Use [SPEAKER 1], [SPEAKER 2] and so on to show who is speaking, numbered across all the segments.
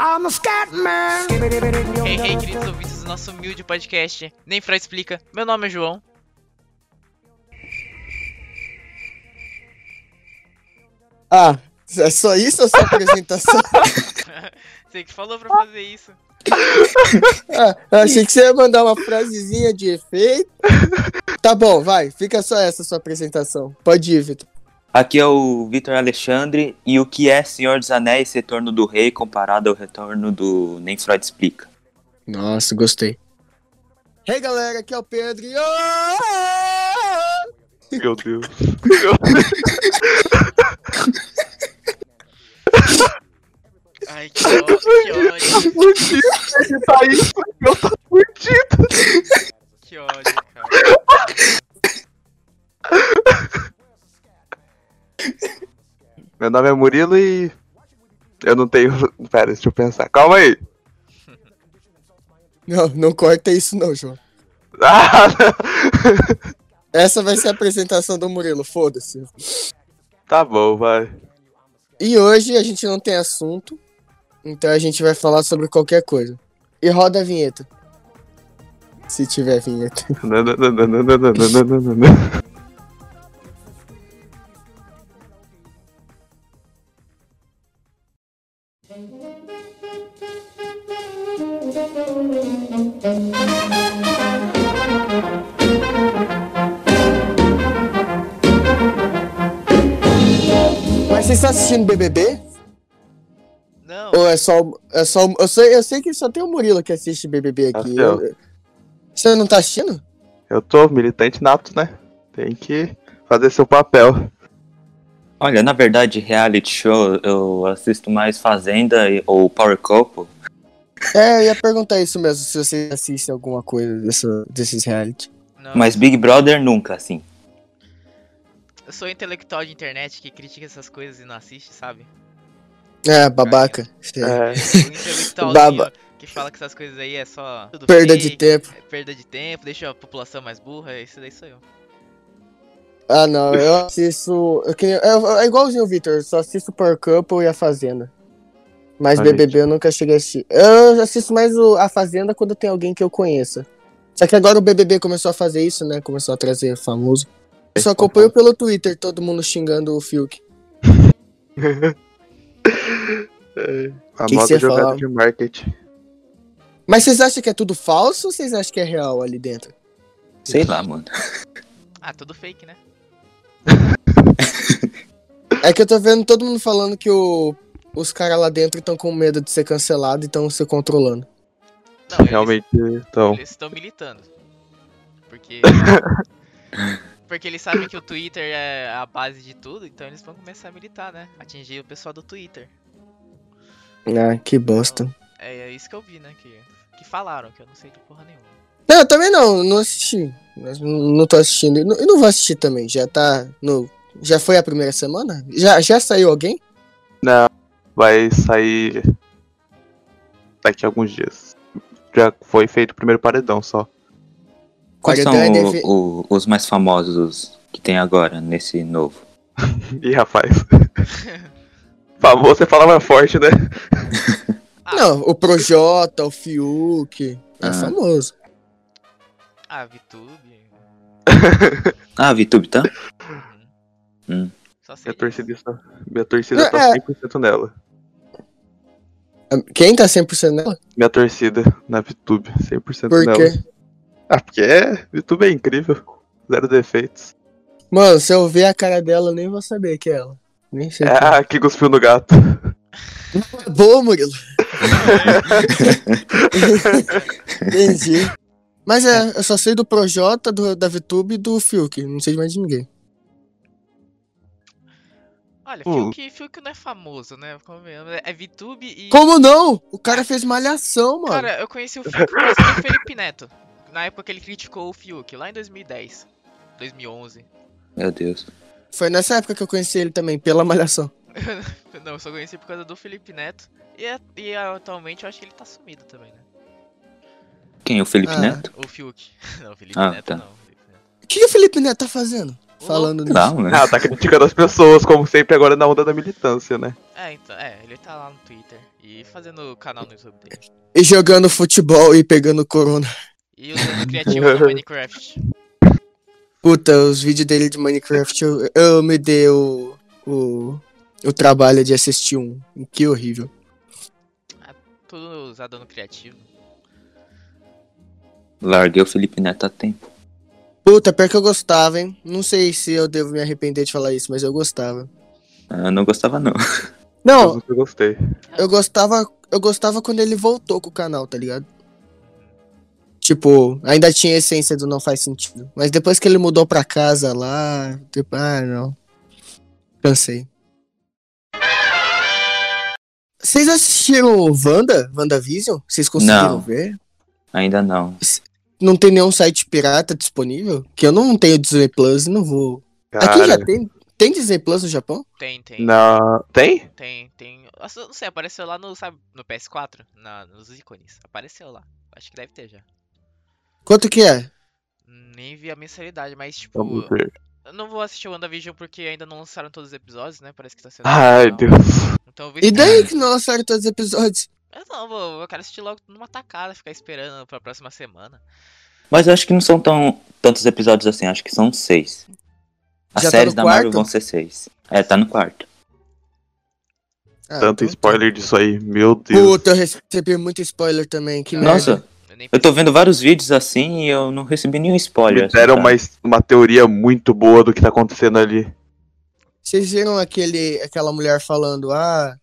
[SPEAKER 1] I'm a scat man.
[SPEAKER 2] Então,
[SPEAKER 3] Hey, hey, queridos ouvintes do nosso humilde podcast, Nem Freud Explica. Meu nome é João.
[SPEAKER 4] Ah, é só isso ou só apresentação?
[SPEAKER 3] Você que falou pra fazer isso.
[SPEAKER 4] Ah, eu achei que você ia mandar uma frasezinha de efeito. Tá bom, vai. Fica só essa sua apresentação. Pode ir, Vitor.
[SPEAKER 5] Aqui é o Vitor Alexandre e o que é Senhor dos Anéis Retorno do Rei comparado ao retorno do Nem Freud explica.
[SPEAKER 4] Nossa, gostei. Hey galera, aqui é o Pedro. E...
[SPEAKER 2] Meu Deus.
[SPEAKER 3] Ai, que ódio, que ódio,
[SPEAKER 2] tá isso, eu tô fudido.
[SPEAKER 3] que ódio, cara.
[SPEAKER 2] Meu nome é Murilo e. Eu não tenho. Pera, deixa eu pensar. Calma aí.
[SPEAKER 4] Não, não corta isso não, João.
[SPEAKER 2] Ah,
[SPEAKER 4] Essa vai ser a apresentação do Murilo, foda-se.
[SPEAKER 2] tá bom, vai.
[SPEAKER 4] E hoje a gente não tem assunto, então a gente vai falar sobre qualquer coisa. E roda a vinheta. Se tiver vinheta. Mas vocês estão assistindo BBB?
[SPEAKER 3] Não,
[SPEAKER 4] Ou é só. o- É só o- eu, sei, eu sei que só tem o Murilo que assiste BBB aqui. é-
[SPEAKER 2] Até eu.
[SPEAKER 4] Eu- você não tá assistindo?
[SPEAKER 2] Assim, Eu tô militante nato, né? Tem que fazer seu papel.
[SPEAKER 5] Olha, na verdade, reality show eu assisto mais Fazenda e- ou Power Couple.
[SPEAKER 4] É, eu ia perguntar isso mesmo, se vocês assistem alguma coisa dessa, desses reality.
[SPEAKER 3] não.
[SPEAKER 5] Mas Big Brother nunca, assim.
[SPEAKER 3] Eu sou um intelectual de internet que critica essas coisas e não assiste, sabe?
[SPEAKER 4] É, babaca. Sim.
[SPEAKER 2] É,
[SPEAKER 3] Eu sou Um intelectualzinho
[SPEAKER 4] Baba.
[SPEAKER 3] que fala que essas coisas aí é só. tudo
[SPEAKER 4] Perda de
[SPEAKER 3] fake,
[SPEAKER 4] tempo.
[SPEAKER 3] é Perda de tempo, deixa a população mais burra, isso daí sou eu.
[SPEAKER 4] Ah, não, eu assisto. Eu que nem- é, é igualzinho o Victor, eu só assisto Power Couple e A Fazenda. Mas
[SPEAKER 2] Ah,
[SPEAKER 4] BBB eu nunca cheguei a assistir. Eu assisto mais o- A Fazenda quando tem alguém que eu conheça. Só que agora o BBB começou a fazer isso, né? Começou a trazer famoso. Eu só acompanho pelo Twitter, todo mundo xingando o Fiuk. você
[SPEAKER 2] famosa
[SPEAKER 4] ia falar?
[SPEAKER 2] jogada de marketing.
[SPEAKER 4] Mas vocês acham que é tudo falso ou vocês acham que é real ali dentro?
[SPEAKER 5] Sei lá, mano.
[SPEAKER 3] Ah, tudo fake, né?
[SPEAKER 4] É que eu tô vendo todo mundo falando que o- os caras lá dentro estão com medo de ser cancelado e estão se controlando.
[SPEAKER 3] Não, eles-
[SPEAKER 2] Realmente, então.
[SPEAKER 3] Eles estão militando. Porque. Porque eles sabem que o Twitter é a base de tudo, então eles vão começar a militar, né? Atingir o pessoal do Twitter.
[SPEAKER 4] Ah, que bosta.
[SPEAKER 3] É, é isso que eu vi, né? Que, que falaram, que eu não sei de porra nenhuma.
[SPEAKER 4] Não, eu também não, não assisti. Mas n- não tô assistindo. E não- E não vou assistir também. Já tá no. Já foi a primeira semana? Já, já saiu alguém?
[SPEAKER 2] Não, vai sair daqui a alguns dias. Já foi feito o primeiro paredão só.
[SPEAKER 5] Quais são
[SPEAKER 4] Paredão é defi-
[SPEAKER 5] o- o- os mais famosos que tem agora nesse novo?
[SPEAKER 2] Ih, rapaz. Famoso é palavra forte, né?
[SPEAKER 3] Ah,
[SPEAKER 4] Não, o Projota, o Fiuk. É
[SPEAKER 5] Ah.
[SPEAKER 4] famoso.
[SPEAKER 3] ah VTube.
[SPEAKER 5] Ah, VTube, tá?
[SPEAKER 3] uhum.
[SPEAKER 5] Hum.
[SPEAKER 3] Só sei.
[SPEAKER 2] Minha
[SPEAKER 3] disso.
[SPEAKER 2] É torcida está, minha torcida
[SPEAKER 4] É.
[SPEAKER 2] tá 100% nela.
[SPEAKER 4] Quem tá 100% nela?
[SPEAKER 2] Minha torcida na VTube, 100%
[SPEAKER 4] Por
[SPEAKER 2] nela.
[SPEAKER 4] quê?
[SPEAKER 2] Ah, porque é, VTube é incrível. Zero defeitos.
[SPEAKER 4] Mano, se eu ver a cara dela, eu nem vou saber que é ela. Nem sei.
[SPEAKER 2] É
[SPEAKER 4] É.
[SPEAKER 2] a que cuspiu no gato.
[SPEAKER 4] Boa, Murilo. Entendi. Mas é, eu só sei do Projota, do, da VTube e do Fiuk. Não sei de mais de ninguém.
[SPEAKER 3] Olha,
[SPEAKER 2] Hum.
[SPEAKER 3] Fiuk, Fiuk não é famoso, né? Convenhamos, É é VTube e.
[SPEAKER 4] Como não? O cara fez malhação, mano.
[SPEAKER 3] Cara, eu conheci o Fiuk por causa do Felipe Neto. Na época que ele criticou o Fiuk, lá em 2010. 2011.
[SPEAKER 5] Meu Deus.
[SPEAKER 4] Foi nessa época que eu conheci ele também, pela malhação.
[SPEAKER 3] Não, eu só conheci por causa do Felipe Neto. E, a- e é, atualmente eu acho que ele tá sumido também, né?
[SPEAKER 5] Quem? O Felipe
[SPEAKER 4] Ah.
[SPEAKER 5] Neto?
[SPEAKER 3] O Fiuk. Não, o Felipe
[SPEAKER 5] Ah,
[SPEAKER 3] Neto
[SPEAKER 5] tá.
[SPEAKER 3] não. o Felipe Neto.
[SPEAKER 4] O que, que o Felipe Neto tá fazendo? falando nisso.
[SPEAKER 5] Não, né?
[SPEAKER 2] Ah, tá criticando as pessoas, como sempre, agora na onda da militância, né?
[SPEAKER 3] É, então, é, ele tá lá no Twitter e fazendo o canal no YouTube dele.
[SPEAKER 4] E jogando futebol e pegando corona.
[SPEAKER 3] E usando o criativo do Minecraft.
[SPEAKER 4] Puta, os vídeos dele de Minecraft, eu, eu me dei o, o, o trabalho de assistir um. Que horrível.
[SPEAKER 3] Tudo usado no criativo.
[SPEAKER 5] Larguei o Felipe Neto a tempo.
[SPEAKER 4] Puta, pior que eu gostava, hein? Não sei se eu devo me arrepender de falar isso, mas eu gostava.
[SPEAKER 5] Ah, Eu não gostava, não.
[SPEAKER 2] Eu
[SPEAKER 4] Não,
[SPEAKER 2] nunca gostei.
[SPEAKER 4] eu gostava, eu gostava quando ele voltou com o canal, tá ligado? Tipo, ainda tinha a essência do não faz sentido. Mas depois que ele mudou pra casa lá, tipo, ah, não. Cansei. Vocês assistiram o Wanda? WandaVision? Vocês conseguiram
[SPEAKER 5] Não.
[SPEAKER 4] ver?
[SPEAKER 5] Ainda não.
[SPEAKER 4] Não tem nenhum site pirata disponível? Que eu não tenho Disney Plus e não vou. Aqui já
[SPEAKER 2] Cara,
[SPEAKER 4] tem. Tem Disney Plus no Japão?
[SPEAKER 3] Tem, tem,
[SPEAKER 2] na... Tem?
[SPEAKER 3] tem, tem. Nossa, eu não sei, apareceu lá no, sabe, no PS4, na- nos ícones. Apareceu lá. Acho que deve ter já.
[SPEAKER 4] Quanto que é?
[SPEAKER 3] Nem vi a mensalidade, mas tipo.
[SPEAKER 2] Vamos ver.
[SPEAKER 3] Eu não vou assistir o WandaVision porque ainda não lançaram todos os episódios, né? Parece que tá sendo.
[SPEAKER 2] Ai,
[SPEAKER 3] semanal.
[SPEAKER 4] Ah,
[SPEAKER 2] Deus.
[SPEAKER 3] Então eu vou
[SPEAKER 4] E
[SPEAKER 3] esperar.
[SPEAKER 4] daí que não lançaram todos os episódios?
[SPEAKER 3] Eu não, vou, eu quero assistir logo numa tacada, ficar esperando pra próxima semana.
[SPEAKER 5] Mas eu acho que não são tão tantos episódios assim, acho que são seis. As
[SPEAKER 4] Já tá
[SPEAKER 5] séries
[SPEAKER 4] no
[SPEAKER 5] da Marvel
[SPEAKER 4] quarto?
[SPEAKER 5] vão ser seis. É, tá no quarto.
[SPEAKER 4] Ah,
[SPEAKER 2] Tanto
[SPEAKER 4] então-
[SPEAKER 2] spoiler disso aí, meu Deus.
[SPEAKER 4] Puta, eu recebi muito spoiler também, que merda.
[SPEAKER 5] Nossa,
[SPEAKER 3] Eu nem
[SPEAKER 5] eu tô vendo vários vídeos assim e eu não recebi nenhum spoiler.
[SPEAKER 2] Me deram
[SPEAKER 5] assim,
[SPEAKER 2] uma,
[SPEAKER 5] sabe?
[SPEAKER 2] uma teoria muito boa do que tá acontecendo ali.
[SPEAKER 4] Vocês viram aquele, aquela mulher falando, ah,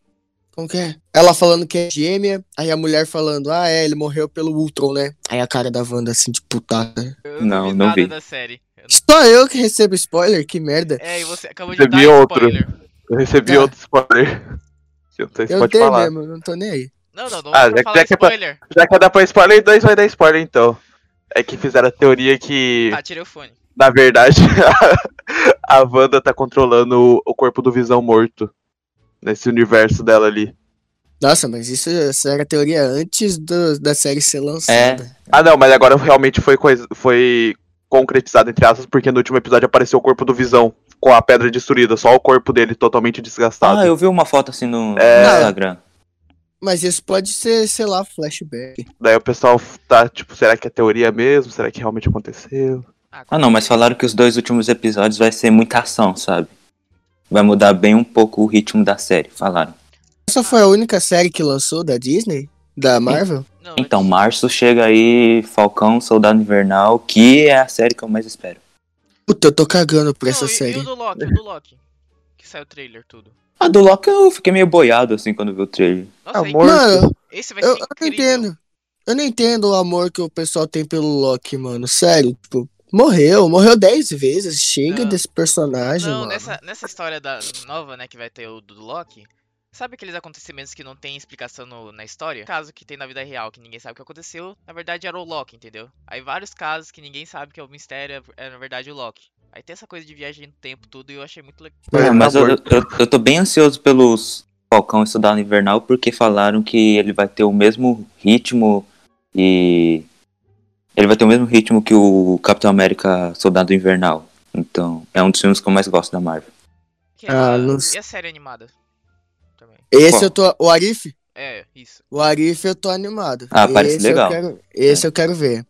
[SPEAKER 4] como que é? Ela falando que é gêmea, aí a mulher falando, ah, é, ele morreu pelo Ultron, né? Aí a cara da Wanda assim de putada.
[SPEAKER 3] Eu
[SPEAKER 5] Não,
[SPEAKER 3] vi
[SPEAKER 5] não
[SPEAKER 3] nada
[SPEAKER 5] vi.
[SPEAKER 3] da série. Eu não-
[SPEAKER 4] Só eu que recebo spoiler, que merda.
[SPEAKER 3] É, e você acabou de
[SPEAKER 2] Você
[SPEAKER 3] dar
[SPEAKER 2] viu outro?
[SPEAKER 3] spoiler.
[SPEAKER 2] Eu recebi
[SPEAKER 4] Tá.
[SPEAKER 2] outro spoiler. Que eu não sei se
[SPEAKER 4] Eu
[SPEAKER 2] pode
[SPEAKER 4] tenho
[SPEAKER 2] falar.
[SPEAKER 4] mesmo, eu não tô nem aí.
[SPEAKER 3] Não, não, não vou
[SPEAKER 2] Ah, já que
[SPEAKER 3] falar
[SPEAKER 2] é que é pra-
[SPEAKER 3] spoiler.
[SPEAKER 2] Já que dá pra spoiler, dois vai dar spoiler então. É que fizeram a teoria que,
[SPEAKER 3] Tá, tirei o fone.
[SPEAKER 2] na verdade, a Wanda tá controlando o- o corpo do Visão morto. Nesse universo dela ali.
[SPEAKER 4] Nossa, mas isso, essa era a teoria antes do- da série ser lançada.
[SPEAKER 2] Ah não, mas agora realmente foi, coisa, foi concretizado, entre aspas, porque no último episódio apareceu o corpo do Visão. Com a pedra destruída, só o corpo dele totalmente desgastado.
[SPEAKER 5] Ah, eu vi uma foto assim no, no
[SPEAKER 2] É.
[SPEAKER 5] Instagram.
[SPEAKER 4] Mas isso pode ser, sei lá, flashback.
[SPEAKER 2] Daí o pessoal tá tipo, será que é teoria mesmo? Será que realmente aconteceu?
[SPEAKER 5] Ah não, mas falaram que os dois últimos episódios vai ser muita ação, sabe? Vai mudar bem um pouco o ritmo da série, falaram.
[SPEAKER 4] Essa foi a única série que lançou da Disney? Da Marvel?
[SPEAKER 3] Não,
[SPEAKER 5] Então, março chega aí Falcão, Soldado Invernal, que é a série que eu mais espero.
[SPEAKER 4] Puta, eu tô cagando por
[SPEAKER 3] não,
[SPEAKER 4] essa
[SPEAKER 3] e- E
[SPEAKER 4] série.
[SPEAKER 3] o do Loki, o do Loki. Que saiu o trailer, tudo.
[SPEAKER 5] A do Loki eu fiquei meio boiado assim quando vi o trailer.
[SPEAKER 3] Nossa,
[SPEAKER 2] Amor.
[SPEAKER 3] é incrível.
[SPEAKER 4] Mano,
[SPEAKER 3] esse vai ser
[SPEAKER 4] eu, eu não
[SPEAKER 3] incrível.
[SPEAKER 4] entendo. Eu não entendo o amor que o pessoal tem pelo Loki, mano. Sério, tipo, morreu, morreu 10 vezes. Chega
[SPEAKER 3] Não.
[SPEAKER 4] desse personagem,
[SPEAKER 3] Não,
[SPEAKER 4] mano.
[SPEAKER 3] nessa, nessa história da nova, né, que vai ter o do Loki, sabe aqueles acontecimentos que não tem explicação no- na história? Caso que tem na vida real, que ninguém sabe o que aconteceu, na verdade era o Loki, entendeu? Aí vários casos que ninguém sabe que é o mistério, é, é, na verdade o Loki. Aí tem essa coisa de viagem no tempo, tudo, e eu achei muito legal.
[SPEAKER 5] É,
[SPEAKER 2] Tá
[SPEAKER 5] mas eu,
[SPEAKER 2] morto.
[SPEAKER 5] eu, eu tô bem ansioso pelos Falcão e Soldado Invernal porque falaram que ele vai ter o mesmo ritmo e. Ele vai ter o mesmo ritmo que o Capitão América Soldado Invernal. Então, é um dos filmes que eu mais gosto da Marvel.
[SPEAKER 3] Que era-
[SPEAKER 4] Ah, não
[SPEAKER 3] E
[SPEAKER 4] sei.
[SPEAKER 3] a série animada? Também.
[SPEAKER 4] Esse
[SPEAKER 5] Qual?
[SPEAKER 4] eu tô. O Arif?
[SPEAKER 3] É, isso.
[SPEAKER 4] O Arif eu tô animado.
[SPEAKER 5] Ah, parece
[SPEAKER 4] Esse eu
[SPEAKER 5] legal.
[SPEAKER 4] quero- esse eu quero ver.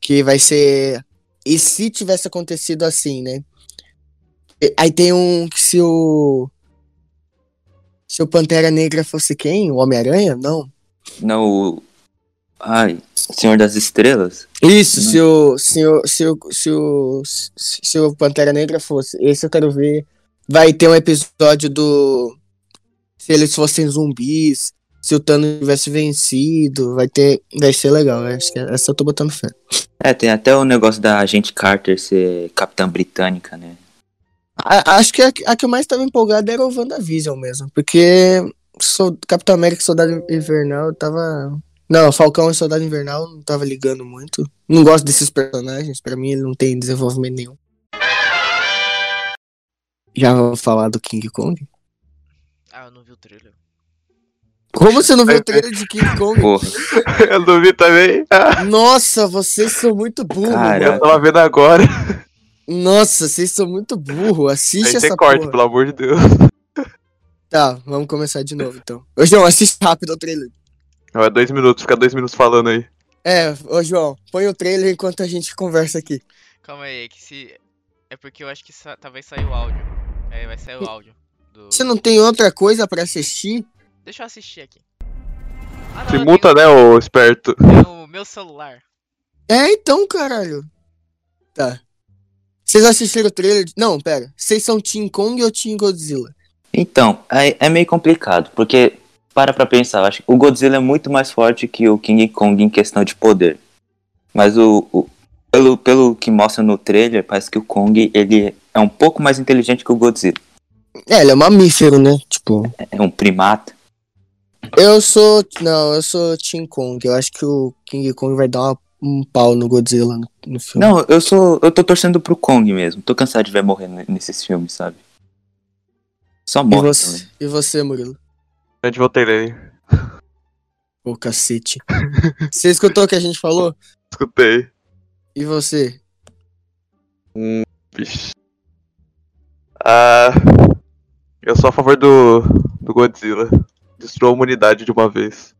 [SPEAKER 4] Que vai ser. E se tivesse acontecido assim, né? E- Aí tem um que se o. Se o Pantera Negra fosse quem? O Homem-Aranha? Não.
[SPEAKER 5] Não, o. Ai, Senhor das Estrelas?
[SPEAKER 4] Isso, se o, se, o, se, o, se, o, se se o Pantera Negra fosse. Esse eu quero ver. Vai ter um episódio do. Se eles fossem zumbis. Se o Thanos tivesse vencido. Vai ter. Vai ser legal. eu Acho que essa eu tô botando fé.
[SPEAKER 5] É, tem até o negócio da agente Carter ser Capitã Britânica, né?
[SPEAKER 4] A- acho que a, que- a que eu mais tava empolgado era o WandaVision mesmo. Porque sou, Capitão América e Soldado Invernal eu tava. Não, Falcão e Soldado Invernal eu não tava ligando muito. Não gosto desses personagens, pra mim ele não tem desenvolvimento nenhum. Já vou falar do King Kong?
[SPEAKER 3] Ah, eu não vi o trailer.
[SPEAKER 4] Como você não viu o trailer de King Kong?
[SPEAKER 5] Porra.
[SPEAKER 2] eu não vi também. Ah,
[SPEAKER 4] Nossa, vocês são muito burros,
[SPEAKER 5] Cara,
[SPEAKER 2] eu
[SPEAKER 4] mano.
[SPEAKER 2] tava vendo agora.
[SPEAKER 4] Nossa, vocês são muito burro.
[SPEAKER 2] Aí
[SPEAKER 4] Assiste
[SPEAKER 2] você
[SPEAKER 4] essa
[SPEAKER 2] corta,
[SPEAKER 4] porra.
[SPEAKER 2] pelo amor de Deus.
[SPEAKER 4] Tá, vamos começar de novo então. Ô João, assiste rápido o trailer.
[SPEAKER 2] Não, é dois minutos, fica dois minutos falando aí.
[SPEAKER 4] É, ô João, põe o trailer enquanto a gente conversa aqui.
[SPEAKER 3] Calma aí, que se. É porque eu acho que sa- talvez saiu o áudio. É, vai sair o áudio. Do...
[SPEAKER 4] Você não tem outra coisa pra assistir?
[SPEAKER 3] Deixa eu assistir aqui. Ah, não,
[SPEAKER 2] Se
[SPEAKER 3] eu
[SPEAKER 2] muta, né, ô esperto?
[SPEAKER 3] tenho no meu celular.
[SPEAKER 4] É, então, caralho. Tá. Vocês assistiram o trailer? de- Não, pera. Vocês são Team Kong ou Team Godzilla?
[SPEAKER 5] Então, é, é meio complicado, porque para pra pensar, eu acho que o Godzilla é muito mais forte que o King Kong em questão de poder. Mas o, o- pelo, pelo que mostra no trailer, parece que o Kong ele é um pouco mais inteligente que o Godzilla.
[SPEAKER 4] É, ele é um mamífero, né? Tipo.
[SPEAKER 5] É um primata.
[SPEAKER 4] Eu sou. Não, eu sou Team Kong. Eu acho que o King Kong vai dar uma- um pau no Godzilla no, no filme.
[SPEAKER 5] Não, eu sou. Eu tô torcendo pro Kong mesmo. Tô cansado de ver morrendo nesses filmes, sabe? Só
[SPEAKER 4] e
[SPEAKER 5] morre
[SPEAKER 4] você,
[SPEAKER 5] também.
[SPEAKER 4] e você, Murilo?
[SPEAKER 2] A gente voltei aí.
[SPEAKER 4] Ô, cacete. Você escutou o que a gente falou?
[SPEAKER 2] Escutei. Hum,
[SPEAKER 4] E você?
[SPEAKER 2] Vixe. Ah. Eu sou a favor do. do Godzilla. Destrua a humanidade de uma vez.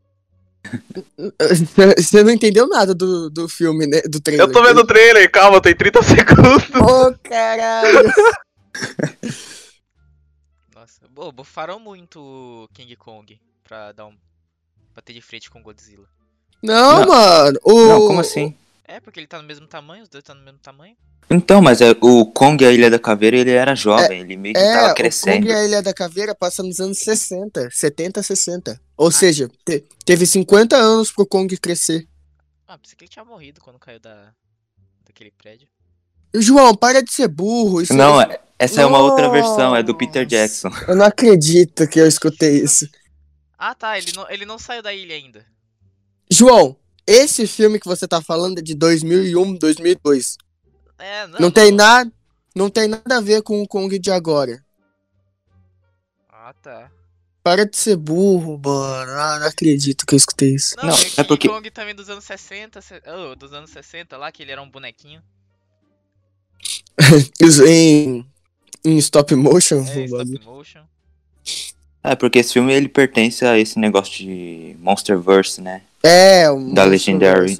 [SPEAKER 4] Você não entendeu nada do, do filme, né? Do trailer.
[SPEAKER 2] Eu tô vendo o trailer, calma, tem 30 segundos.
[SPEAKER 4] Ô, caralho.
[SPEAKER 3] Nossa, bo- bufaram muito o King Kong pra dar um. bater de frente com o Godzilla.
[SPEAKER 4] Não,
[SPEAKER 5] Não.
[SPEAKER 4] mano. O...
[SPEAKER 5] Não, como assim?
[SPEAKER 3] É, porque ele tá no mesmo tamanho, os dois tá no mesmo tamanho.
[SPEAKER 5] Então, mas é, o Kong e a Ilha da Caveira, ele era jovem, ele meio que
[SPEAKER 4] É,
[SPEAKER 5] tava
[SPEAKER 4] o Kong
[SPEAKER 5] crescendo.
[SPEAKER 4] e a Ilha da Caveira passa nos anos 60, 70, 60.
[SPEAKER 5] Ah.
[SPEAKER 4] Ou seja, te- teve 50 anos pro Kong crescer.
[SPEAKER 3] Ah, pensei que ele tinha morrido quando caiu da. daquele prédio.
[SPEAKER 4] João, para de ser burro. Isso
[SPEAKER 5] Não, é- essa é uma outra
[SPEAKER 4] Nossa.
[SPEAKER 5] versão, é do Peter Jackson.
[SPEAKER 4] Eu não acredito que eu escutei isso.
[SPEAKER 3] Ah, tá, ele não, ele não saiu da ilha ainda.
[SPEAKER 4] João, esse filme que você tá falando é de 2001, 2002.
[SPEAKER 3] É, não.
[SPEAKER 4] Não tem nada, não tem nada a ver com o Kong de agora.
[SPEAKER 3] Ah, tá.
[SPEAKER 4] Para de ser burro, mano. Ah, não acredito que eu escutei isso.
[SPEAKER 3] Não,
[SPEAKER 5] Não,
[SPEAKER 3] é
[SPEAKER 5] é
[SPEAKER 3] King
[SPEAKER 5] porque-
[SPEAKER 3] Kong também dos anos 60, se- oh, dos anos 60 lá, que ele era um bonequinho.
[SPEAKER 4] Isso em, em stop motion,
[SPEAKER 5] Tá
[SPEAKER 3] É,
[SPEAKER 4] o bagulho.
[SPEAKER 3] stop motion.
[SPEAKER 5] É, porque esse filme ele pertence a esse negócio de Monsterverse, né?
[SPEAKER 4] É, um
[SPEAKER 5] Da Legendary.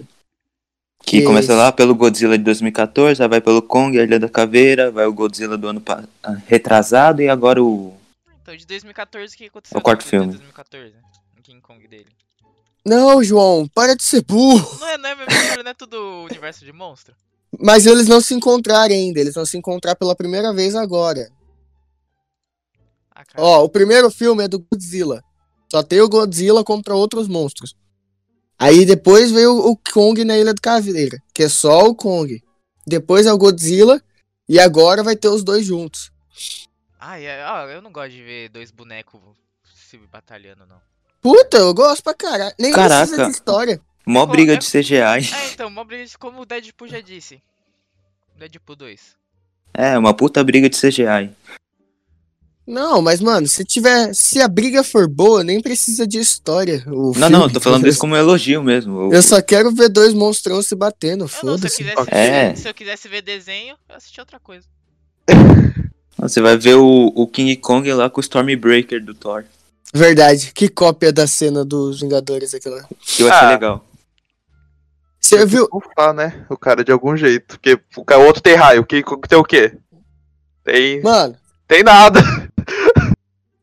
[SPEAKER 5] Que
[SPEAKER 4] Que
[SPEAKER 5] começa
[SPEAKER 4] isso.
[SPEAKER 5] lá pelo Godzilla de 2014, aí vai pelo Kong, a Ilha da Caveira, vai o Godzilla do ano pa- ah, retrasado e agora o.
[SPEAKER 3] Então, de 2014, o que aconteceu?
[SPEAKER 5] É o quarto
[SPEAKER 3] depois de
[SPEAKER 5] filme.
[SPEAKER 3] 2014, o né? King Kong dele.
[SPEAKER 4] Não, João, para de ser burro.
[SPEAKER 3] Não é, não é mesmo, filme, não é tudo o universo de monstro?
[SPEAKER 4] Mas eles não se encontraram ainda, eles vão se encontrar pela primeira vez agora.
[SPEAKER 3] Ah, cara.
[SPEAKER 4] Ó, o primeiro filme é do Godzilla. Só tem o Godzilla contra outros monstros. Aí depois veio o Kong na Ilha do Caveira, que é só o Kong. Depois é o Godzilla e agora vai ter os dois juntos.
[SPEAKER 3] Ah, é, ó, eu não gosto de ver dois bonecos se batalhando, não.
[SPEAKER 4] Puta, eu gosto pra caralho. Nem precisa
[SPEAKER 5] Caraca.
[SPEAKER 4] dessa história.
[SPEAKER 5] Mó
[SPEAKER 3] Pô,
[SPEAKER 5] briga
[SPEAKER 3] é-
[SPEAKER 5] de CGI.
[SPEAKER 3] É, então, uma briga de- como o Deadpool já disse. Deadpool 2.
[SPEAKER 5] É, uma puta briga de CGI.
[SPEAKER 4] Não, mas mano, se tiver, se a briga for boa, nem precisa de história. O
[SPEAKER 5] Não,
[SPEAKER 4] filme.
[SPEAKER 5] não, eu tô falando isso como um elogio mesmo.
[SPEAKER 4] Eu só quero ver dois monstrão se batendo,
[SPEAKER 3] Eu não, se eu,
[SPEAKER 4] foda-se.
[SPEAKER 3] quisesse,
[SPEAKER 5] É.
[SPEAKER 3] se eu quisesse ver desenho, eu assistia outra coisa.
[SPEAKER 5] Você vai ver o, o King Kong lá com o Stormbreaker do Thor.
[SPEAKER 4] Verdade, que cópia da cena dos Vingadores aquela.
[SPEAKER 5] Que eu achei
[SPEAKER 2] Ah.
[SPEAKER 5] legal.
[SPEAKER 4] Você viu?
[SPEAKER 2] Bufar, né? O cara de algum jeito. Porque o ca- outro tem raio. O que tem o quê? Tem.
[SPEAKER 4] Mano,
[SPEAKER 2] Tem nada.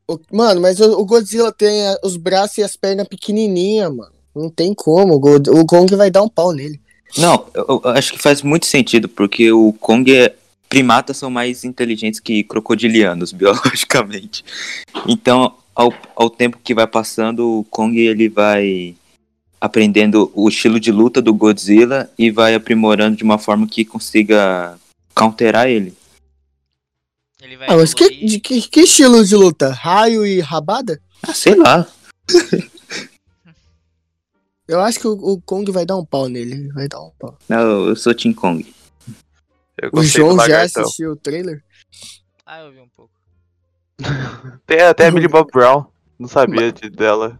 [SPEAKER 4] o- mano, mas o, o Godzilla tem a- os braços e as pernas pequenininhas, mano. Não tem como, o, God- o Kong vai dar um pau nele.
[SPEAKER 5] Não, eu, eu acho que faz muito sentido, porque o Kong é. Primatas são mais inteligentes que crocodilianos, biologicamente. Então, ao, ao tempo que vai passando, o Kong ele vai aprendendo o estilo de luta do Godzilla e vai aprimorando de uma forma que consiga counterar ele.
[SPEAKER 3] Ele vai.
[SPEAKER 4] Ah, mas que,
[SPEAKER 3] evoluir.
[SPEAKER 4] de, que, que estilo de luta? Raio e rabada?
[SPEAKER 5] Ah, sei lá.
[SPEAKER 4] Eu acho que o, o Kong vai dar um pau nele, ele vai dar um pau.
[SPEAKER 5] Não, né, eu sou Team Kong.
[SPEAKER 2] Eu
[SPEAKER 4] O
[SPEAKER 2] gostei do
[SPEAKER 4] João já
[SPEAKER 2] lagartão.
[SPEAKER 4] assistiu o trailer?
[SPEAKER 3] Ah, eu vi um pouco.
[SPEAKER 2] Tem até a Millie Bob Brown. Não sabia de, dela.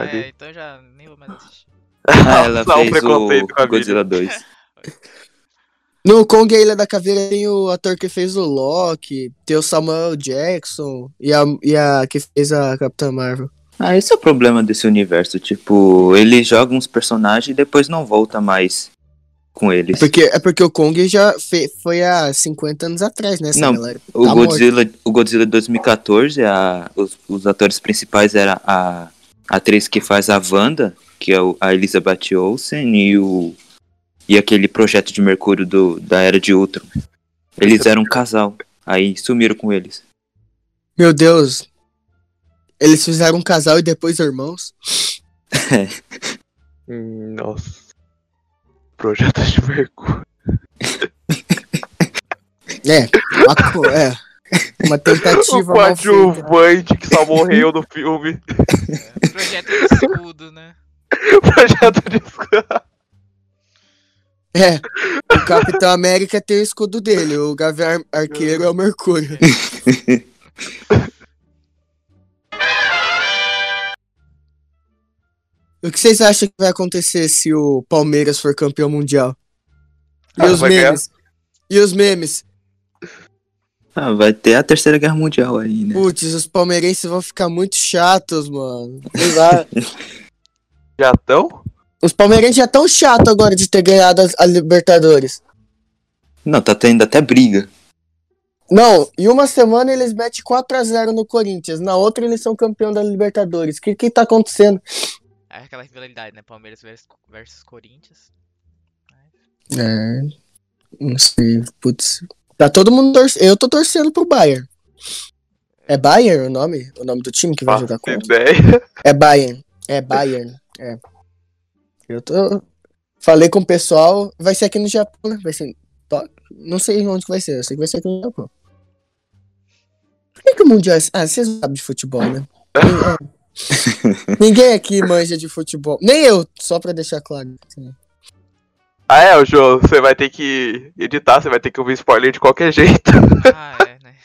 [SPEAKER 3] Ah,
[SPEAKER 2] Ali.
[SPEAKER 3] é, então eu já nem vou mais assistir.
[SPEAKER 5] Ah, ela
[SPEAKER 2] Só um
[SPEAKER 5] fez o
[SPEAKER 2] preconceito com a
[SPEAKER 5] Godzilla 2.
[SPEAKER 4] No Kong e a Ilha da Caveira tem o ator que fez o Loki, tem o Samuel Jackson e a, e a que fez a Capitã Marvel.
[SPEAKER 5] Ah, esse é o problema desse universo. Tipo, ele joga uns personagens e depois não volta mais com eles.
[SPEAKER 4] Porque, é porque o Kong já fe- foi há 50 anos atrás, né? essa
[SPEAKER 5] Não,
[SPEAKER 4] galera
[SPEAKER 5] O
[SPEAKER 4] tá morto.
[SPEAKER 5] Godzilla, o Godzilla 2014, a, os, os atores principais era a, a atriz que faz a Wanda, que é o- a Elizabeth Olsen, e o e aquele projeto de Mercúrio do, da Era de Ultron. Eles eram um casal, aí sumiram com eles.
[SPEAKER 4] Meu Deus. Eles fizeram um casal e depois irmãos.
[SPEAKER 2] Hum, Nossa. Projeto de Mercúrio.
[SPEAKER 4] É, uma, co- é, uma
[SPEAKER 2] O
[SPEAKER 4] tentativa mal feita.
[SPEAKER 2] coadjuvante que só morreu no filme.
[SPEAKER 3] É, Projeto de escudo, né?
[SPEAKER 2] Projeto de.
[SPEAKER 4] É, o Capitão América tem o escudo dele, o Gavião Ar- Arqueiro é o Mercúrio. O que vocês acham que vai acontecer se o Palmeiras for campeão mundial? E
[SPEAKER 2] Ah,
[SPEAKER 4] os
[SPEAKER 2] vai ganhar.
[SPEAKER 4] memes? E os memes?
[SPEAKER 5] Ah, vai ter a Terceira Guerra Mundial aí, né?
[SPEAKER 4] Putz, os palmeirenses vão ficar muito chatos, mano. Sei lá.
[SPEAKER 2] Já tão?
[SPEAKER 4] Os palmeirenses já tão chato agora de ter ganhado as- a Libertadores.
[SPEAKER 5] Não, tá tendo até briga.
[SPEAKER 4] Não, em uma semana eles metem 4x0 no Corinthians, na outra eles são campeão da Libertadores. O que que tá acontecendo?
[SPEAKER 3] É aquela rivalidade, né? Palmeiras versus, versus Corinthians.
[SPEAKER 4] É, não sei, putz. Tá todo mundo torcendo, eu tô torcendo pro Bayern. É Bayern o nome? O nome do time que vai
[SPEAKER 2] Faço
[SPEAKER 4] jogar contra?
[SPEAKER 2] ideia.
[SPEAKER 4] É Bayern, é Bayern, é. Eu tô... Falei com o pessoal, vai ser aqui no Japão, né? Vai ser em Tóquio? Não sei onde que vai ser, eu sei que vai ser aqui no Japão. Por que que o Mundial... é assim? Ah, vocês sabem de futebol, né? Ninguém- Ninguém aqui manja de futebol. Nem eu, só pra deixar claro.
[SPEAKER 2] Ah, é, o João, você vai ter que editar, você vai ter que ouvir spoiler de qualquer jeito.
[SPEAKER 3] Ah, é, né?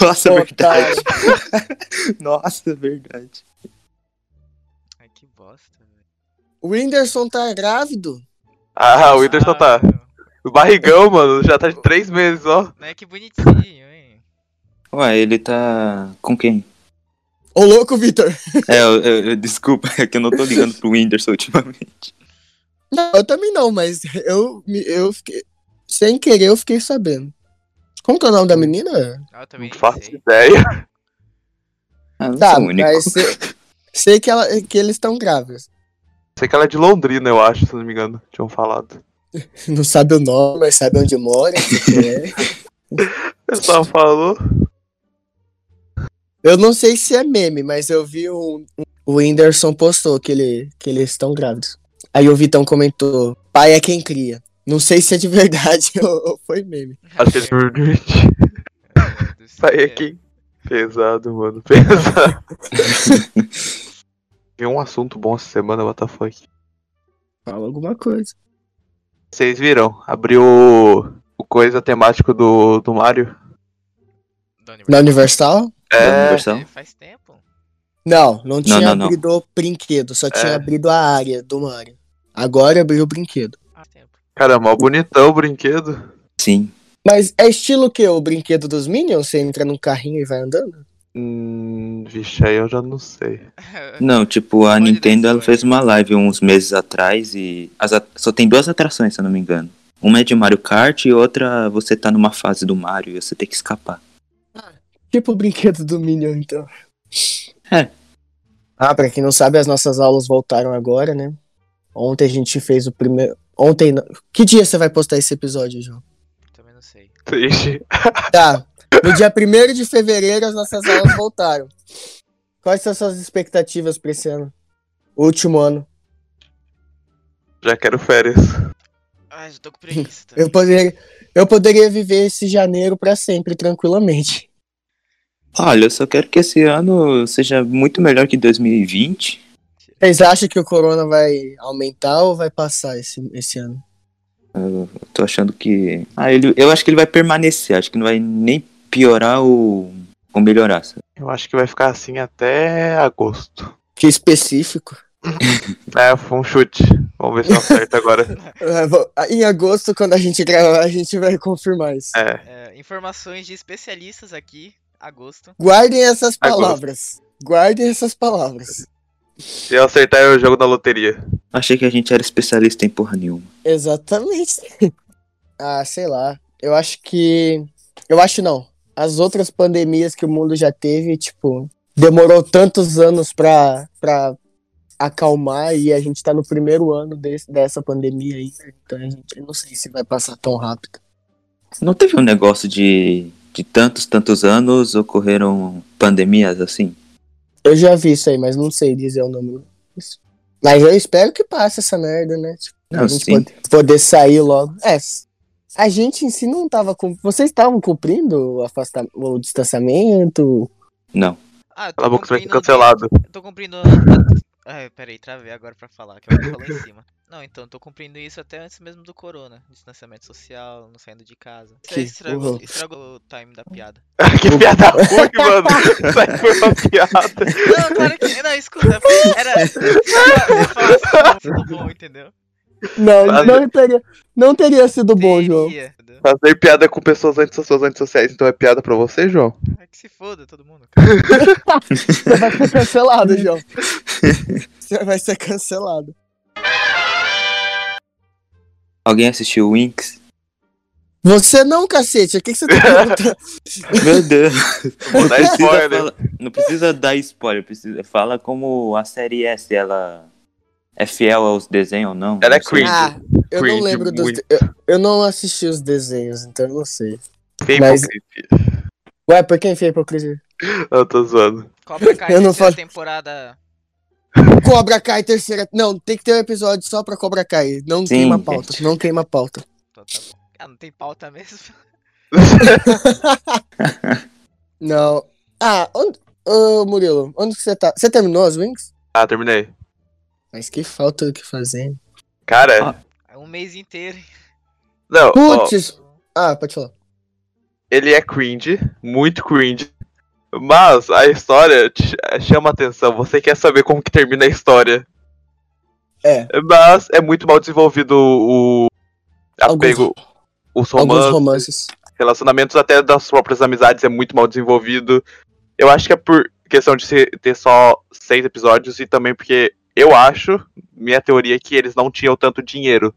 [SPEAKER 5] Nossa,
[SPEAKER 4] Otário.
[SPEAKER 5] Nossa, verdade.
[SPEAKER 3] Ai, que bosta, velho.
[SPEAKER 4] O Whindersson tá grávido?
[SPEAKER 2] Ah, o Whindersson tá.
[SPEAKER 3] meu.
[SPEAKER 2] O barrigão, mano, já tá de três meses, ó.
[SPEAKER 3] Né, que bonitinho, hein?
[SPEAKER 5] Ué, ele tá com quem?
[SPEAKER 4] Ô louco, Vitor!
[SPEAKER 5] É, eu, eu- eu- desculpa, é que eu não tô ligando pro Whindersson ultimamente.
[SPEAKER 4] Não, eu também não, mas eu, me- eu fiquei. Sem querer, eu fiquei sabendo. Como que é o nome da menina?
[SPEAKER 3] Ah, eu também
[SPEAKER 2] Não
[SPEAKER 3] nem
[SPEAKER 2] faço
[SPEAKER 3] sei.
[SPEAKER 2] ideia.
[SPEAKER 5] Ah, não
[SPEAKER 4] Tá,
[SPEAKER 5] sou único.
[SPEAKER 4] mas sei, sei que, ela, que eles estão grávidos.
[SPEAKER 2] Sei que ela é de Londrina, eu acho, se não me engano. Tinham falado.
[SPEAKER 4] Não sabe o nome, mas sabe onde mora. se quer.
[SPEAKER 2] Ele só falou.
[SPEAKER 4] eu não sei se é meme, mas eu vi um. um- O Whindersson postou que, ele, que eles estão grávidos. Aí o Vitão comentou: pai é quem cria. Não sei se é de verdade ou, ou foi meme.
[SPEAKER 2] Acho que ele foi dormir.
[SPEAKER 3] Do
[SPEAKER 2] Sai
[SPEAKER 3] céu.
[SPEAKER 2] aqui. Pesado, mano. Pesado. Tem um assunto bom essa semana, WTF.
[SPEAKER 4] Fala alguma coisa.
[SPEAKER 2] Vocês viram? Abriu o- o coisa temático do, do Mario.
[SPEAKER 3] Da
[SPEAKER 4] Na Universal?
[SPEAKER 5] Da
[SPEAKER 2] É,
[SPEAKER 5] Universal?
[SPEAKER 3] É, faz tempo.
[SPEAKER 4] Não, não tinha
[SPEAKER 5] não, não.
[SPEAKER 4] abrido o brinquedo, só tinha
[SPEAKER 2] É.
[SPEAKER 4] abrido a área do Mario. Agora abriu o brinquedo.
[SPEAKER 3] Faz Ah, tempo.
[SPEAKER 2] cara, mó bonitão o brinquedo.
[SPEAKER 5] Sim.
[SPEAKER 4] Mas é estilo que o brinquedo dos Minions? Você entra num carrinho e vai andando?
[SPEAKER 2] Hum, vixe, aí eu já não sei.
[SPEAKER 5] Não, tipo, a
[SPEAKER 3] Pode
[SPEAKER 5] Nintendo ela
[SPEAKER 3] deixar.
[SPEAKER 5] fez uma live uns meses atrás e as at- só tem duas atrações, se eu não me engano. Uma é de Mario Kart e outra você tá numa fase do Mario e você tem que escapar.
[SPEAKER 4] Tipo o brinquedo do Minion, então.
[SPEAKER 5] É.
[SPEAKER 4] Ah, pra quem não sabe, as nossas aulas voltaram agora, né? Ontem a gente fez o primeiro. Ontem. não- Que dia você vai postar esse episódio, João?
[SPEAKER 3] Também não sei.
[SPEAKER 2] Triste.
[SPEAKER 4] Tá. No dia 1 de fevereiro, as nossas aulas voltaram. Quais são suas expectativas pra esse ano? Último ano.
[SPEAKER 2] Já quero férias.
[SPEAKER 3] Ah, já tô com preguiça também.
[SPEAKER 4] Eu poderia, eu poderia viver esse janeiro pra sempre, tranquilamente.
[SPEAKER 5] Olha, eu só quero que esse ano seja muito melhor que 2020.
[SPEAKER 4] Vocês acham que o corona vai aumentar ou vai passar esse, esse ano?
[SPEAKER 5] Eu tô achando que. Ah, ele... eu acho que ele vai permanecer, acho que não vai nem piorar ou, ou melhorar. sabe?
[SPEAKER 2] Eu acho que vai ficar assim até agosto.
[SPEAKER 4] Que específico.
[SPEAKER 2] É, foi um chute. Vamos ver se eu acerto agora.
[SPEAKER 4] É, vou- Em agosto, quando a gente gravar, a gente vai confirmar isso.
[SPEAKER 2] É.
[SPEAKER 3] É, informações de especialistas aqui, agosto.
[SPEAKER 4] Guardem essas
[SPEAKER 2] Agosto.
[SPEAKER 4] palavras. Guardem essas palavras.
[SPEAKER 2] Se eu acertar, eu jogo na loteria.
[SPEAKER 5] Achei que a gente era especialista em porra nenhuma.
[SPEAKER 4] Exatamente. ah, sei lá. Eu acho que. Eu acho não. As outras pandemias que o mundo já teve, tipo, demorou tantos anos pra, pra acalmar e a gente tá no primeiro ano desse- dessa pandemia aí. né? Então a gente, eu não sei se vai passar tão rápido.
[SPEAKER 5] Não teve um negócio de, de tantos, tantos anos ocorreram pandemias assim?
[SPEAKER 4] Eu já vi isso aí, mas não sei dizer o nome disso. Mas eu espero que passe essa merda, né? Tipo,
[SPEAKER 5] Não,
[SPEAKER 4] a gente
[SPEAKER 5] sim.
[SPEAKER 4] pode- poder sair logo. É, s- a gente em si não tava com. Vocês estavam cumprindo o, afasta... o distanciamento?
[SPEAKER 5] Não.
[SPEAKER 3] Ah, eu tô
[SPEAKER 2] Cala a boca, você vai ser
[SPEAKER 3] cumprindo-
[SPEAKER 2] cancelado.
[SPEAKER 3] Eu tô cumprindo. a- Ah, peraí, travei agora pra falar, que eu ia falar em cima. Não, então, tô cumprindo isso até antes mesmo do corona. Distanciamento social, não saindo de casa. Isso
[SPEAKER 4] Que
[SPEAKER 3] aí estragou,
[SPEAKER 4] horror.
[SPEAKER 3] estragou o time da piada.
[SPEAKER 2] que piada ruim, mano. Isso aí foi uma piada.
[SPEAKER 3] Não, claro que. Não, escuta, era. Eu falo assim, ficou bom, entendeu?
[SPEAKER 4] Não,
[SPEAKER 2] Mas-
[SPEAKER 4] não teria, não teria sido bom, João.
[SPEAKER 3] Teria, entendeu?
[SPEAKER 2] Fazer piada com pessoas antissociais, antissociais, então é piada pra você, João?
[SPEAKER 3] Ah, que se foda todo mundo, cara.
[SPEAKER 4] Você vai ser cancelado, João. Você vai ser cancelado.
[SPEAKER 5] Alguém assistiu Winx?
[SPEAKER 4] Você não, cacete. O que, que você tá perguntando?
[SPEAKER 5] Meu Deus.
[SPEAKER 2] Vou
[SPEAKER 5] Precisa
[SPEAKER 2] dar é spoiler.
[SPEAKER 5] falar- não precisa dar spoiler, precisa, fala como a série S, ela é fiel aos desenhos ou não.
[SPEAKER 2] Ela é
[SPEAKER 5] não sei.
[SPEAKER 2] cringe.
[SPEAKER 4] ah, eu não
[SPEAKER 2] Cringe
[SPEAKER 4] lembro dos.
[SPEAKER 2] muito.
[SPEAKER 4] Eu, eu não assisti os desenhos, então eu não sei.
[SPEAKER 2] Tem
[SPEAKER 4] Mas-
[SPEAKER 2] hipocrisia.
[SPEAKER 4] Ué, por quem foi hipocrisia?
[SPEAKER 2] Eu tô zoando.
[SPEAKER 3] Cobra Kai
[SPEAKER 4] Eu não
[SPEAKER 3] terceira
[SPEAKER 4] faço-
[SPEAKER 3] temporada.
[SPEAKER 4] Cobra Kai, terceira. Não, tem que ter um episódio só pra Cobra Kai. Não
[SPEAKER 5] Sim,
[SPEAKER 4] queima a pauta.
[SPEAKER 5] gente.
[SPEAKER 4] Não queima a pauta.
[SPEAKER 3] Então tá bom. Ah, não tem pauta mesmo.
[SPEAKER 4] Não. Ah, onde... Ô, Murilo, onde que você tá? Você terminou as Wings?
[SPEAKER 2] Ah, terminei.
[SPEAKER 4] Mas que falta o que fazer.
[SPEAKER 2] Cara,
[SPEAKER 5] Ah.
[SPEAKER 3] É um mês inteiro. hein?
[SPEAKER 2] não, ó,
[SPEAKER 4] Putz! Ah, pode falar.
[SPEAKER 2] ele é cringe, muito cringe. Mas a história te- chama atenção, você quer saber como que termina a história.
[SPEAKER 4] É.
[SPEAKER 2] Mas é muito mal desenvolvido o o
[SPEAKER 4] Alguns-
[SPEAKER 2] apego, os
[SPEAKER 4] Alguns
[SPEAKER 2] romances,
[SPEAKER 4] romances.
[SPEAKER 2] relacionamentos até das próprias amizades é muito mal desenvolvido. Eu acho que é por questão de se- ter só seis episódios e também porque eu acho, minha teoria é que eles não tinham tanto dinheiro.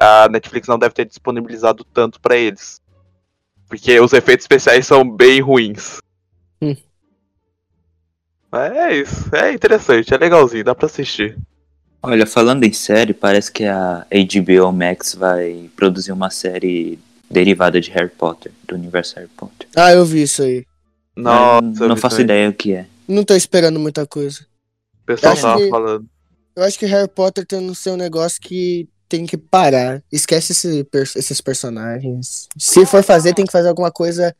[SPEAKER 2] A Netflix não deve ter disponibilizado tanto pra eles. Porque os efeitos especiais são bem ruins.
[SPEAKER 4] Hum.
[SPEAKER 2] Mas é isso, é interessante, é legalzinho, dá pra assistir.
[SPEAKER 5] Olha, falando em série, parece que a HBO Max vai produzir uma série derivada de Harry Potter, do universo Harry Potter.
[SPEAKER 4] Ah, eu vi isso aí.
[SPEAKER 2] Nossa,
[SPEAKER 5] Mas não
[SPEAKER 2] Vitor,
[SPEAKER 5] faço ideia o que é.
[SPEAKER 4] Não tô esperando muita coisa.
[SPEAKER 2] O pessoal
[SPEAKER 4] Acho
[SPEAKER 2] tava
[SPEAKER 4] que-
[SPEAKER 2] falando.
[SPEAKER 4] Eu acho que Harry Potter tem no seu negócio que tem que parar. Esquece esse pers- esses personagens. Se for fazer, tem que fazer alguma coisa.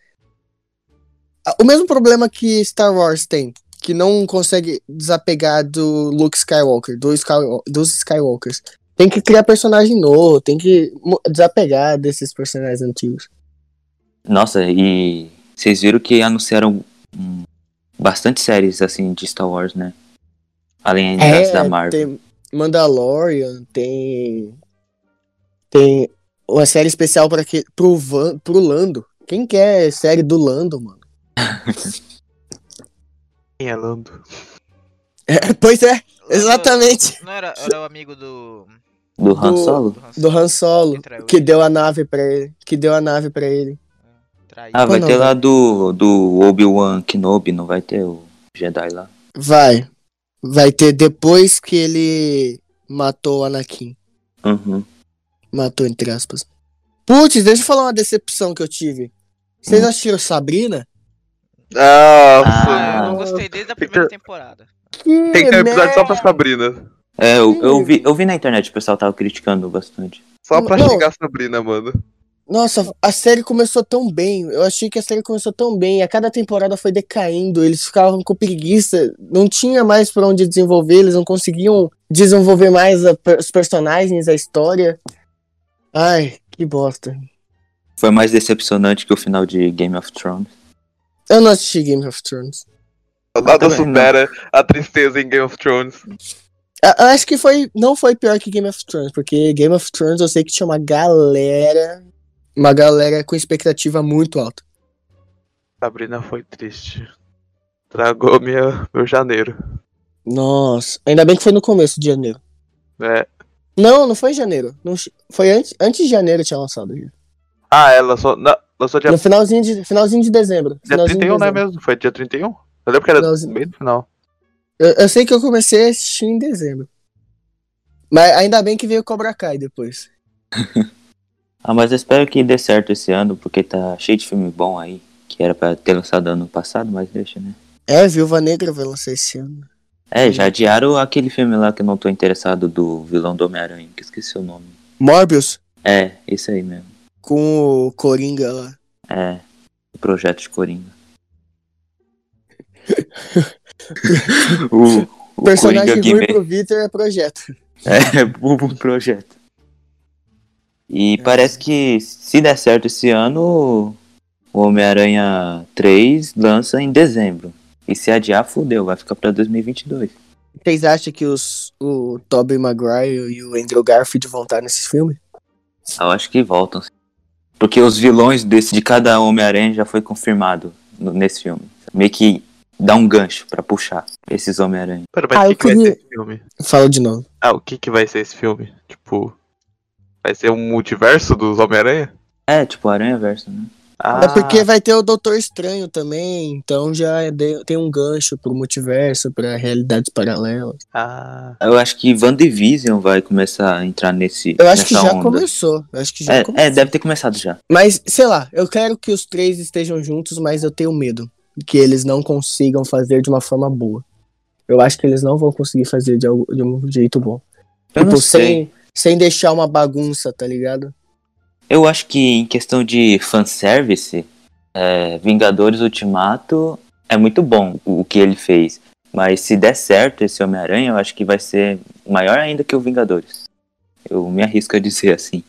[SPEAKER 4] Ah, O mesmo problema que Star Wars tem, que não consegue desapegar do Luke Skywalker, do Skywa- dos Skywalkers. Tem que criar personagem novo, tem que mo- desapegar desses personagens antigos.
[SPEAKER 5] Nossa, e vocês viram que anunciaram hum, bastante séries assim de Star Wars, né? Além das da Marvel.
[SPEAKER 4] É, tem Mandalorian, tem. Tem uma série especial para que, pro, Van, pro Lando. Quem quer série do Lando, mano?
[SPEAKER 2] Quem é Lando?
[SPEAKER 4] É, pois é,
[SPEAKER 3] Lando-
[SPEAKER 4] exatamente.
[SPEAKER 3] Não era, era o amigo do.
[SPEAKER 5] Do Han
[SPEAKER 4] do-
[SPEAKER 5] Solo?
[SPEAKER 3] do Han
[SPEAKER 4] Do Han Solo,
[SPEAKER 3] Que traiu
[SPEAKER 4] que
[SPEAKER 3] ele.
[SPEAKER 4] deu a nave pra ele. Que deu a nave pra ele.
[SPEAKER 3] Traiu.
[SPEAKER 5] Ah, vai
[SPEAKER 4] não, né?
[SPEAKER 5] ter lá
[SPEAKER 4] vai.
[SPEAKER 5] do, do Obi-Wan Kenobi, não vai ter o Jedi lá.
[SPEAKER 4] Vai. Vai ter depois que ele matou o Anakin.
[SPEAKER 5] Uhum.
[SPEAKER 4] Matou, entre aspas. Putz, deixa eu falar uma decepção que eu tive. Vocês
[SPEAKER 5] Hum.
[SPEAKER 4] assistiram Sabrina?
[SPEAKER 2] Nossa,
[SPEAKER 3] Ah, eu não
[SPEAKER 4] Ah.
[SPEAKER 3] gostei desde a
[SPEAKER 2] Victor-
[SPEAKER 3] primeira temporada.
[SPEAKER 4] Que
[SPEAKER 2] tem que ter um episódio só
[SPEAKER 4] merda.
[SPEAKER 2] pra Sabrina.
[SPEAKER 5] É,
[SPEAKER 4] Hum.
[SPEAKER 5] eu, eu, vi, eu vi na internet, o pessoal tava criticando bastante.
[SPEAKER 2] Só pra
[SPEAKER 4] Não.
[SPEAKER 2] xingar a Sabrina, mano.
[SPEAKER 4] Nossa, a série começou tão bem. Eu achei que a série começou tão bem. A cada temporada foi decaindo. Eles ficavam com preguiça. Não tinha mais pra onde desenvolver. Eles não conseguiam desenvolver mais a per- os personagens, a história. Ai, que bosta.
[SPEAKER 5] Foi mais decepcionante que o final de Game of Thrones.
[SPEAKER 4] Eu não assisti Game of Thrones.
[SPEAKER 2] Nada
[SPEAKER 4] né?
[SPEAKER 5] também não.
[SPEAKER 2] supera a tristeza em Game of Thrones.
[SPEAKER 4] A- Acho que foi, não foi pior que Game of Thrones, porque Game of Thrones eu sei que tinha uma galera, uma galera com expectativa muito alta.
[SPEAKER 2] Sabrina foi triste. Tragou minha, meu janeiro.
[SPEAKER 4] Nossa, ainda bem que foi no começo de janeiro.
[SPEAKER 2] É.
[SPEAKER 4] Não, não foi em janeiro. Não che- foi antes, antes de janeiro tinha lançado. já.
[SPEAKER 2] Ah, ela lançou. Não, lançou dia,
[SPEAKER 4] No finalzinho de, finalzinho de dezembro.
[SPEAKER 2] dia
[SPEAKER 4] finalzinho de
[SPEAKER 2] 31, né
[SPEAKER 4] dezembro.
[SPEAKER 2] mesmo? Foi dia 31? Eu lembro que era
[SPEAKER 4] Finalzinho.
[SPEAKER 2] bem no final.
[SPEAKER 4] Eu, eu sei que eu comecei a assistir em dezembro. Mas ainda bem que veio Cobra Kai depois.
[SPEAKER 5] Ah, mas eu espero que dê certo esse ano, porque tá cheio de filme bom aí, que era pra ter lançado ano passado, mas deixa, né?
[SPEAKER 4] É, Viúva Negra vai lançar esse ano.
[SPEAKER 5] É, já adiaram aquele filme lá que eu não tô interessado do vilão do Homem-Aranha, que esqueci o nome.
[SPEAKER 4] Morbius
[SPEAKER 5] É, isso aí mesmo.
[SPEAKER 4] com o Coringa lá.
[SPEAKER 5] É, o projeto de Coringa. o, o
[SPEAKER 4] Personagem
[SPEAKER 5] Coringa
[SPEAKER 4] ruim
[SPEAKER 5] Guimê.
[SPEAKER 4] pro Victor é projeto.
[SPEAKER 5] É, o projeto. E parece que se der certo esse ano, o Homem-Aranha 3 lança em dezembro. E se adiar, fudeu, vai ficar pra 2022.
[SPEAKER 4] Vocês acham que os, o Tobey Maguire e o Andrew Garfield vão estar nesse filme?
[SPEAKER 5] Ah, Eu acho que voltam. Porque os vilões desse, de cada Homem-Aranha já foi confirmado no- nesse filme. Meio que dá um gancho pra puxar esses Homem-Aranha.
[SPEAKER 2] Pera, mas
[SPEAKER 4] Ah,
[SPEAKER 2] o que,
[SPEAKER 4] eu
[SPEAKER 2] que vai
[SPEAKER 4] queria-
[SPEAKER 2] ser esse filme?
[SPEAKER 4] Fala de novo.
[SPEAKER 2] Ah, o que, que vai ser esse filme? Tipo. Vai ser um multiverso dos Homem-Aranha?
[SPEAKER 5] É, tipo Aranha Verso, né?
[SPEAKER 2] Ah,
[SPEAKER 4] É porque vai ter o Doutor Estranho também, então já é de- tem um gancho pro multiverso, pra realidades paralelas.
[SPEAKER 2] Ah,
[SPEAKER 5] Eu acho que WandaVision vai começar a entrar nesse.
[SPEAKER 4] Eu acho que
[SPEAKER 5] nessa
[SPEAKER 4] já
[SPEAKER 5] onda.
[SPEAKER 4] começou. Eu acho que já
[SPEAKER 5] É,
[SPEAKER 4] começou.
[SPEAKER 5] é, deve ter começado já.
[SPEAKER 4] Mas, sei lá, eu quero que os três estejam juntos, mas eu tenho medo que eles não consigam fazer de uma forma boa. Eu acho que eles não vão conseguir fazer de, algo- de um jeito bom.
[SPEAKER 5] Eu não
[SPEAKER 4] tipo,
[SPEAKER 5] sei.
[SPEAKER 4] sem, sem deixar uma bagunça, tá ligado?
[SPEAKER 5] Eu acho que em questão de fanservice, é, Vingadores Ultimato é muito bom o o que ele fez. Mas se der certo esse Homem-Aranha, eu acho que vai ser maior ainda que o Vingadores. Eu me arrisco a dizer assim.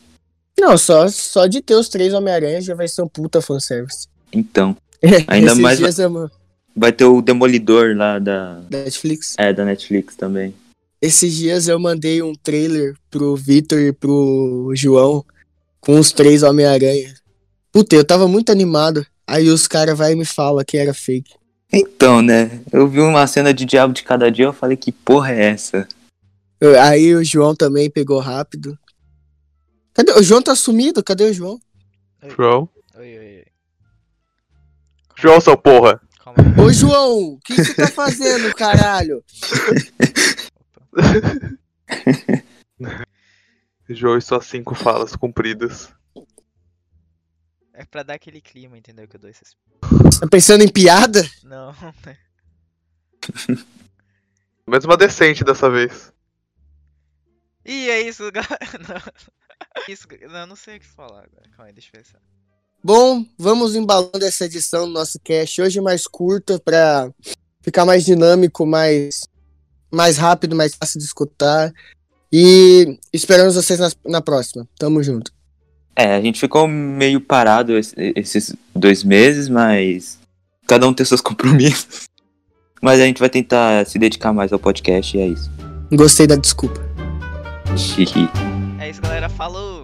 [SPEAKER 4] Não, só, só de ter os três Homem-Aranha já vai ser um puta fanservice.
[SPEAKER 5] Então, Ainda
[SPEAKER 4] Esses
[SPEAKER 5] mais-
[SPEAKER 4] dias é uma-
[SPEAKER 5] vai ter o Demolidor lá da,
[SPEAKER 4] da Netflix.
[SPEAKER 5] é, da Netflix também.
[SPEAKER 4] Esses dias eu mandei um trailer pro Vitor e pro João com os três Homem-Aranha. Puta, eu tava muito animado. Aí os caras vai e me fala que era fake.
[SPEAKER 5] Então, né? Eu vi uma cena de Diabo de Cada Dia, eu falei, que porra é essa?
[SPEAKER 4] Eu- Aí o João também pegou rápido. Cadê? O João tá sumido? Cadê o João?
[SPEAKER 2] João.
[SPEAKER 3] Oi, oi, oi.
[SPEAKER 2] João, seu porra.
[SPEAKER 3] Calma aí.
[SPEAKER 4] Ô João, o que você tá fazendo, caralho?
[SPEAKER 2] João e suas cinco falas compridas.
[SPEAKER 3] É pra dar aquele clima, entendeu? Que eu dou esses.
[SPEAKER 4] Tá pensando em piada?
[SPEAKER 3] Não,
[SPEAKER 2] Menos uma decente dessa vez.
[SPEAKER 3] Ih, é isso, galera. Não. É Isso, não, não sei o que falar agora. Calma aí, deixa eu pensar.
[SPEAKER 4] Bom, vamos embalando essa edição do nosso cast. Hoje mais curta pra ficar mais dinâmico, mais, mais rápido, mais fácil de escutar. E esperamos vocês nas- na próxima. Tamo junto.
[SPEAKER 5] É, a gente ficou meio parado es- esses dois meses, mas cada um tem seus compromissos. Mas a gente vai tentar se dedicar mais ao podcast e é isso.
[SPEAKER 4] Gostei da desculpa.
[SPEAKER 3] É isso, galera. Falou!